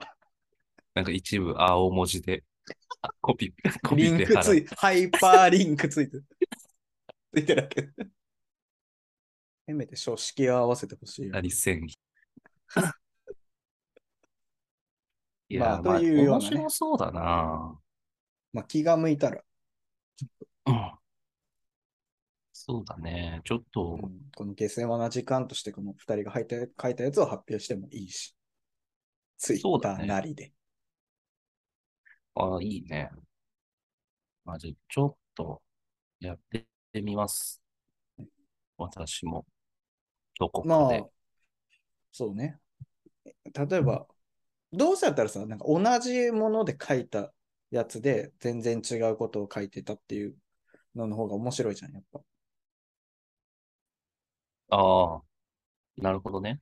Speaker 1: なんか一部青文字で、あコピペ、コ
Speaker 4: リ
Speaker 1: ピ
Speaker 4: ン
Speaker 1: ペ
Speaker 4: ク
Speaker 1: 貼
Speaker 4: つ
Speaker 1: る。
Speaker 4: い、ハイパーリンクついてる。ついてるだけ。せめて書式を合わせてほしいよ。
Speaker 1: 何線
Speaker 4: [laughs]
Speaker 1: い
Speaker 4: ま
Speaker 1: や
Speaker 4: あ
Speaker 1: ー、まあ、
Speaker 4: というような
Speaker 1: 面
Speaker 4: ね
Speaker 1: 白そうだな。
Speaker 4: まあ、気が向いたら、
Speaker 1: うんそうだね。ちょっ
Speaker 4: う
Speaker 1: と、
Speaker 4: んこの下世話な時間として、この2人が書いた書いたやつを発表してもいいし、ツイ
Speaker 1: そ
Speaker 4: ッ
Speaker 1: う
Speaker 4: タ
Speaker 1: だ
Speaker 4: ー
Speaker 1: ね
Speaker 4: なりで。
Speaker 1: ああ、いいね。まあ、じゃあちょっと、やってみます。私も、どこ
Speaker 4: ま
Speaker 1: かで
Speaker 4: あ。、そうね。例えば、どうせやったらさ、なんか同じもので書いたやつで、全然違うことを書いてたっていうのの方が面白いじゃん、やっぱ。
Speaker 1: ああ、なるほどね。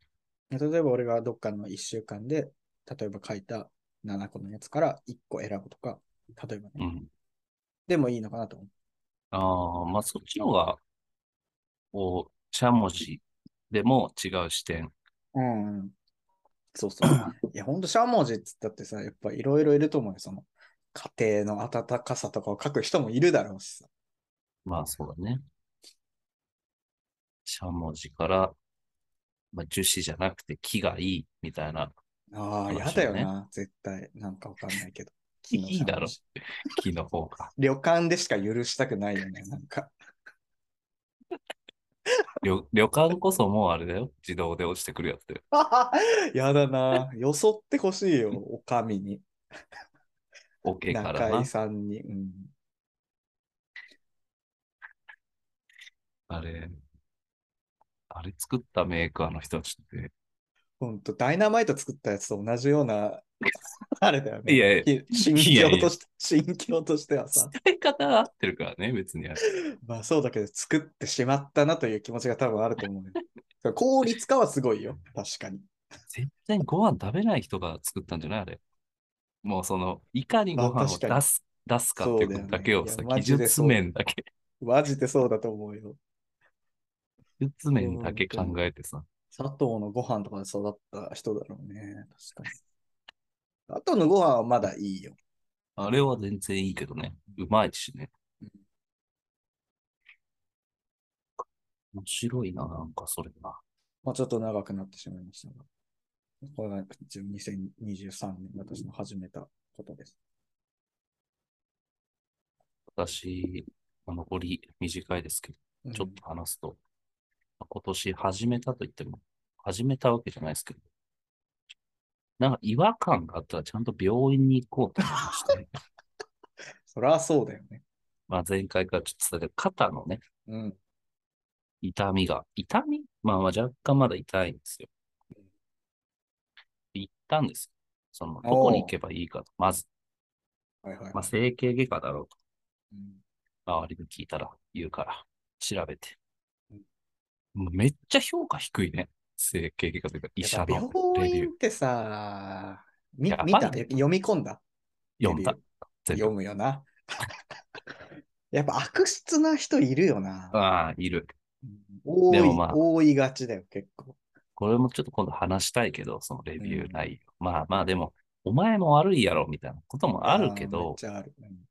Speaker 4: 例えば俺がどっかの1週間で、例えば書いた7個のやつから1個選ぶとか、例えば
Speaker 1: う
Speaker 4: ね、
Speaker 1: ん。
Speaker 4: でもいいのかなと思
Speaker 1: ああ、まあ、そっちの方が、こう、しゃもじでも違う視点。
Speaker 4: う。うん、うん。そう [clears throat] そう。いや、ほんと、しゃもじっつったってさ、やっぱいろいろいると思うよ。その、家庭の温かさとかを書く人もいるだろうしさ。
Speaker 1: まあ、そうだね。しゃもじから、まあ、樹脂じゃなくて木がいい、みたいな。
Speaker 4: ああ、
Speaker 1: そう
Speaker 4: や
Speaker 1: です
Speaker 4: だ
Speaker 1: よ
Speaker 4: よ
Speaker 1: ね
Speaker 4: な、絶対。なんかわかんないけど。
Speaker 1: [laughs] いいだろ木
Speaker 4: 木のしゃもじ
Speaker 1: の方が。
Speaker 4: 旅館でしか許したくない
Speaker 1: [laughs]
Speaker 4: よね、なんか。
Speaker 1: 旅、旅館こそもうあれだよ。自動で落ちてくるやつだよ。
Speaker 4: やだな。よそってほしい
Speaker 1: [laughs]
Speaker 4: よ、おかみに。
Speaker 1: OK から
Speaker 4: 中
Speaker 1: な
Speaker 4: 井。さんに。うん、
Speaker 1: あれ、あれ作ったメーカーの人たちって、
Speaker 4: [laughs] ほんと、ダイナマイト作ったやつと同じような、 [laughs] あれだよね。
Speaker 1: いやいや
Speaker 4: き心
Speaker 1: いや
Speaker 4: 境
Speaker 1: いや
Speaker 4: として、心境としてはさ。
Speaker 1: 使い方が合ってるからね、別にあれ。
Speaker 4: まあそうだけど、作ってしまったなという気持ちが多分あると思う
Speaker 1: [laughs]
Speaker 4: よ。効率化はすごいよ、確かに。
Speaker 1: 全然ご飯食べない人が作ったんじゃないあれ。もうその、いかにご
Speaker 4: あ
Speaker 1: 飯を
Speaker 4: 確かに
Speaker 1: 出す、出すかっていう
Speaker 4: そ
Speaker 1: こと
Speaker 4: うだよね
Speaker 1: だけを
Speaker 4: いや
Speaker 1: さ、
Speaker 4: マ
Speaker 1: 技
Speaker 4: ジで
Speaker 1: 術
Speaker 4: そう
Speaker 1: 面だけ、
Speaker 4: マジでそうだと思うよ。
Speaker 1: 技術面だけ考えてさ。
Speaker 4: 佐藤のご飯とかで育った人だろうね。確かに。佐藤のご飯はまだいいよ。
Speaker 1: あれは全然いいけどね。うまいしね
Speaker 4: うん。
Speaker 1: 面白いな、なんかそれが。
Speaker 4: まあちょっと長くなってしまいましたが。これが一応2023年、私の始めたことです。
Speaker 1: 私、まあ残り短いですけど、
Speaker 4: うん
Speaker 1: ちょっと話すと、まあ今年始めたと言っても、始めたわけじゃないですけど、なんか違和感があったらちゃんと病院に行こうと思いました
Speaker 4: [laughs]
Speaker 1: ね。
Speaker 4: そりゃそうだよね。
Speaker 1: まあ前回からちょっとだけ肩のね、
Speaker 4: うん。
Speaker 1: 痛みが、痛みまあまあ若干まだ痛いんですよ。行ったんですよ。その、どこに行けばいいかと、まず、
Speaker 4: はいはい。
Speaker 1: まあ整形外科だろうと
Speaker 4: うん
Speaker 1: 周りに聞いたら言うから、調べて
Speaker 4: うん。
Speaker 1: もうめっちゃ評価低いね。整形外科というか医
Speaker 4: や
Speaker 1: 者
Speaker 4: っぱ
Speaker 1: の
Speaker 4: 病
Speaker 1: レビュ
Speaker 4: 院ってさ、み
Speaker 1: やばい
Speaker 4: 見た読み込んだ
Speaker 1: ー読んだ
Speaker 4: レビュー。
Speaker 1: 全部
Speaker 4: 読むよな。 [laughs] やっぱ悪質な人いるよな。
Speaker 1: ああ、いる。
Speaker 4: 多
Speaker 1: で
Speaker 4: い、
Speaker 1: もまあ
Speaker 4: 多いがちだよ、結構。
Speaker 1: これもちょっと今度話したいけど、そのレビュー内容。まあまあでも、お前も悪いやろみたいなこともあるけ
Speaker 4: ーめっ
Speaker 1: ど、
Speaker 4: ちゃある。うん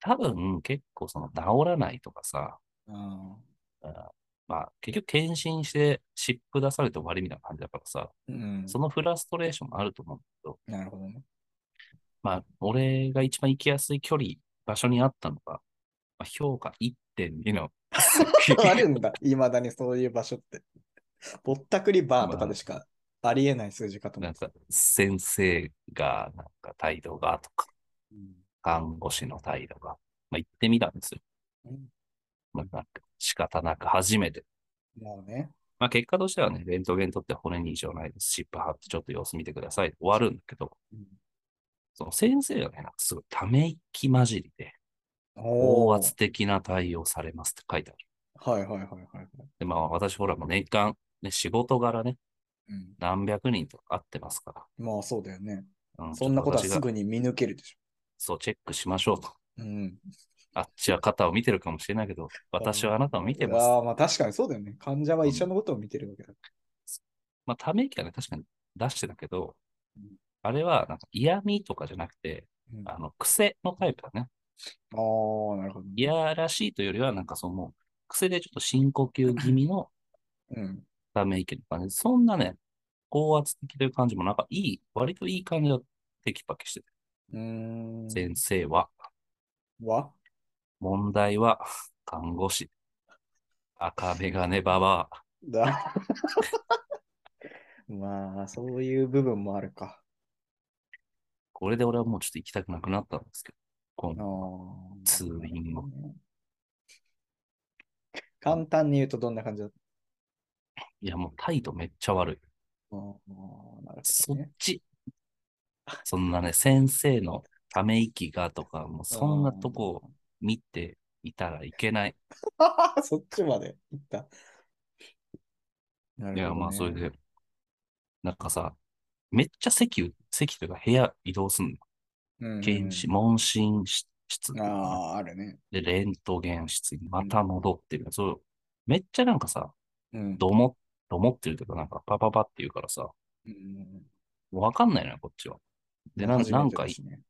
Speaker 1: 多分結構その治らないとかさ、
Speaker 4: あ
Speaker 1: まあ結局検診して湿布出されて終わりみたいな感じだからさ、
Speaker 4: ーうん、
Speaker 1: そのフラストレーションもあると思うけど、
Speaker 4: なるほどね。
Speaker 1: まあ俺が一番行きやすい距離、場所にあったのが、まあ、評価1.2の
Speaker 4: [laughs] あるん [laughs] だ、いまだにそういう場所って。ぼったくりバーとかでしかありえない数字かと思
Speaker 1: なん
Speaker 4: ってた。
Speaker 1: か先生がなんか態度がとか、
Speaker 4: うん
Speaker 1: 看護師の態度が、まあ行ってみたんですよ。まあ、なんか仕方なく初めて。
Speaker 4: もうね。
Speaker 1: まあ、結果としてはね、レントゲン取って骨に異常ないです。湿布貼ってちょっと様子見てください。終わるんだけど、
Speaker 4: うん
Speaker 1: その先生がね、なんかすごいため息混じりで、
Speaker 4: お
Speaker 1: 高
Speaker 4: お
Speaker 1: 圧的な対応されますって書いてある。
Speaker 4: はいはいはいはいはい。
Speaker 1: で、まあ私ほらもう年間、ね、仕事柄ね、
Speaker 4: うん、
Speaker 1: 何百人と会ってますか
Speaker 4: まあそうだよね。
Speaker 1: ら。う
Speaker 4: そんなことは
Speaker 1: ちょっ私
Speaker 4: す
Speaker 1: が
Speaker 4: ぐに見抜けるでし
Speaker 1: そう、チェックしましょうと。
Speaker 4: ょ。うん。
Speaker 1: あっちは肩を見てるかもしれないけど、私はあなたを見てます。
Speaker 4: ああ、まあ確かにそうだよね。患者は医者のことを見てるわけだ。
Speaker 1: まあ、ため息はね、確かに出してたけど
Speaker 4: うん、
Speaker 1: あれはなんか嫌味とかじゃなくて、
Speaker 4: うんあ
Speaker 1: あの、癖のタイプだね。
Speaker 4: あー、なるほどね。
Speaker 1: いやらしいというよりは、なんかそのもう、癖でちょっと深呼吸気味の
Speaker 4: うん。
Speaker 1: ため息とかね、そんなね、高圧的という感じも、なんかいい、割といい感じだテキパキしてて、
Speaker 4: うーん。
Speaker 1: 先生は、
Speaker 4: は
Speaker 1: 問題は、看護師、赤眼鏡ババア、
Speaker 4: だ。 [laughs] まあ、そういう部分もあるか。
Speaker 1: これで俺はもうちょっと行きたくなくなったんですけど、こ
Speaker 4: あ
Speaker 1: の
Speaker 4: ー
Speaker 1: 通院を。
Speaker 4: 簡単に言うとどんな感じだった
Speaker 1: いやもう態度めっちゃ悪い。
Speaker 4: あーなるほ
Speaker 1: そ
Speaker 4: ど
Speaker 1: っ
Speaker 4: ね。
Speaker 1: ち。そんなね、先生のため息がとか、もうそんなとこを見ていたらいけない。
Speaker 4: あー。 [laughs] そっちまで行った。なるほど、
Speaker 1: い
Speaker 4: ね。
Speaker 1: や、まあ、それで、なんかさ、めっちゃ席、席というか部屋移動すんの。
Speaker 4: うんうん、
Speaker 1: 検視、問診室
Speaker 4: ああ、あるね。
Speaker 1: で、レントゲン室にまた戻ってる。そう、めっちゃなんかさ、
Speaker 4: うん。
Speaker 1: ども、どもってるというか、なんかパパパって言うからさ、
Speaker 4: うんうん
Speaker 1: わかんないのよ、こっちは。で、なん
Speaker 4: 初めて
Speaker 1: なんか
Speaker 4: だしね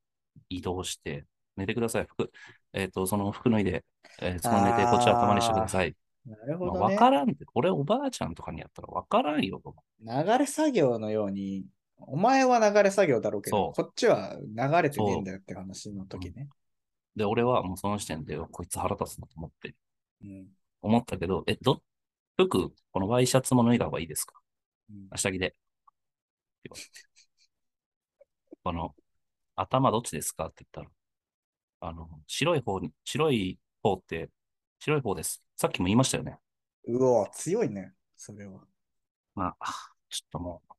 Speaker 1: 移動して、寝てください、服、えっ、と、その服脱いで、えー、つまんでて、こっち頭にしてください。
Speaker 4: な
Speaker 1: ま
Speaker 4: るほ
Speaker 1: あ
Speaker 4: ど、ね。
Speaker 1: わからんって、これおばあちゃんとかにやったらわからんよ、と思
Speaker 4: 流れ作業のように、お前は流れ作業だろうけど、
Speaker 1: そ
Speaker 4: こっちは流れてねえんだよって話の時ね。
Speaker 1: うで、俺はもうその時点で、こいつ腹立つなと思って、
Speaker 4: うん。
Speaker 1: 思ったけど、え、ど、服、このワイシャツも脱いだ方がいいですか
Speaker 4: うん
Speaker 1: 下着で。って言われてこの、頭どっちですかって言ったら、あの、白い方に、白い方って、白い方です。さっきも言いましたよね。
Speaker 4: うわ、強いね、それは。
Speaker 1: まあ、ちょっともう、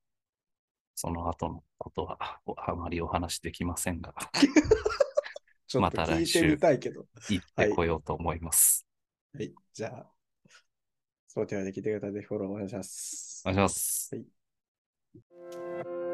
Speaker 1: その後のことは、おあまりお話できませんが、
Speaker 4: ちょっ
Speaker 1: ま
Speaker 4: と
Speaker 1: た
Speaker 4: 聞
Speaker 1: 来
Speaker 4: い
Speaker 1: 週
Speaker 4: てみたいけど。
Speaker 1: 行ってこようと思います。
Speaker 4: はい、じゃあ、そうではできてください。ぜひフォローお願いします。
Speaker 1: お願いします。